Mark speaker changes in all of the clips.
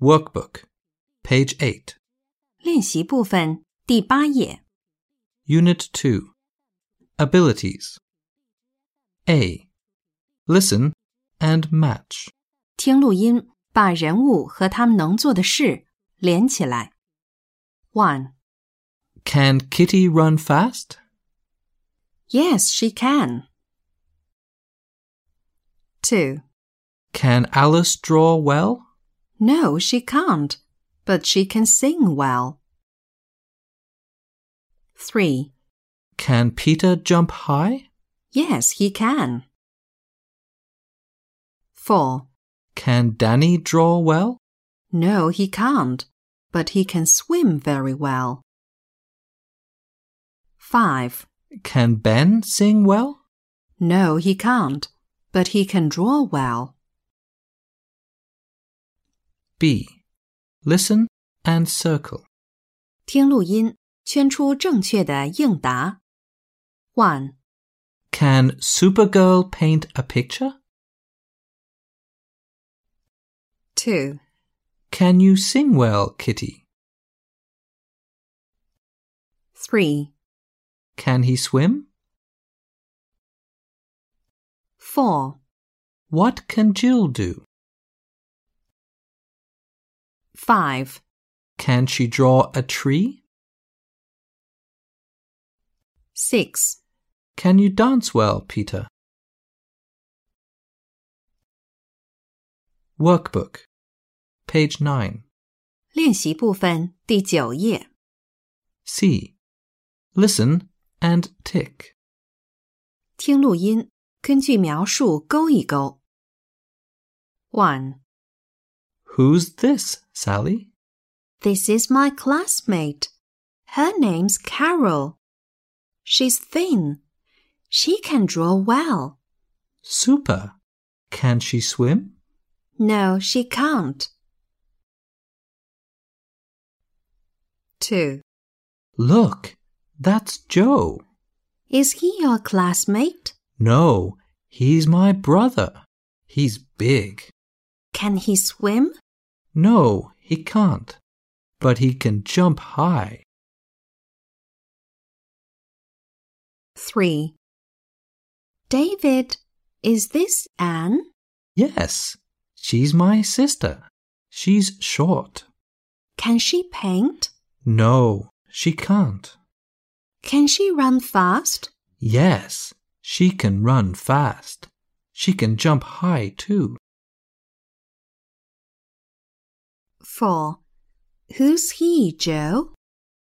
Speaker 1: Workbook, page 8,
Speaker 2: 练习部分第八页
Speaker 1: unit 2. Abilities. A. Listen and match.
Speaker 2: 听录音，把人物和他们能做的事连起来。One,
Speaker 1: Can Kitty run fast?
Speaker 2: yes, she can. Two,
Speaker 1: Can Alice draw well?
Speaker 2: no, she can't, but she can sing well. Three,
Speaker 1: Can Peter jump high?
Speaker 2: yes, he can. Four,
Speaker 1: Can Danny draw well?
Speaker 2: no, he can't, but he can swim very well. Five.
Speaker 1: Can Ben sing well?
Speaker 2: No, he can't, but he can draw well.
Speaker 1: B. Listen and circle.
Speaker 2: 听录音，圈出正确的应答。One,
Speaker 1: Can Supergirl paint a picture?
Speaker 2: two,
Speaker 1: Can you sing well, Kitty?
Speaker 2: three,
Speaker 1: Can he swim?
Speaker 2: four,
Speaker 1: What can Jill do?
Speaker 2: five,
Speaker 1: Can she draw a tree?
Speaker 2: six,
Speaker 1: Can you dance well, Peter? Workbook, page 9.
Speaker 2: 练习部分第九页，
Speaker 1: C. Listen and tick.
Speaker 2: 听录音，根据描述勾一勾。One,
Speaker 1: Who's this, Sally?
Speaker 2: this is my classmate. Her name's Carol. She's thin. She can draw well.
Speaker 1: Super. Can she swim?
Speaker 2: No, she can't. Two.
Speaker 1: Look, that's Joe.
Speaker 2: Is he your classmate?
Speaker 1: No, he's my brother. He's big.
Speaker 2: Can he swim?
Speaker 1: No, he can't. But he can jump high.
Speaker 2: Three. David, is this Anne?
Speaker 1: Yes, she's my sister. She's short.
Speaker 2: Can she paint?
Speaker 1: No, she can't.
Speaker 2: Can she run fast?
Speaker 1: Yes, she can run fast. She can jump high too.
Speaker 2: Four. Who's he, Joe?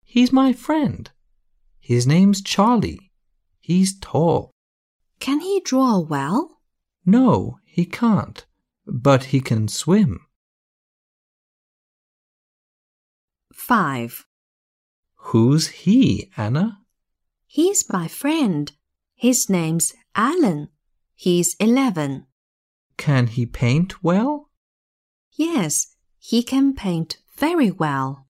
Speaker 1: He's my friend. His name's Charlie. He's tall.
Speaker 2: Can he draw well?
Speaker 1: No, he can't. But he can swim.
Speaker 2: Five.
Speaker 1: Who's he, Anna?
Speaker 2: He's my friend. His name's Alan. He's eleven.
Speaker 1: Can he paint well?
Speaker 2: Yes, he can paint very well.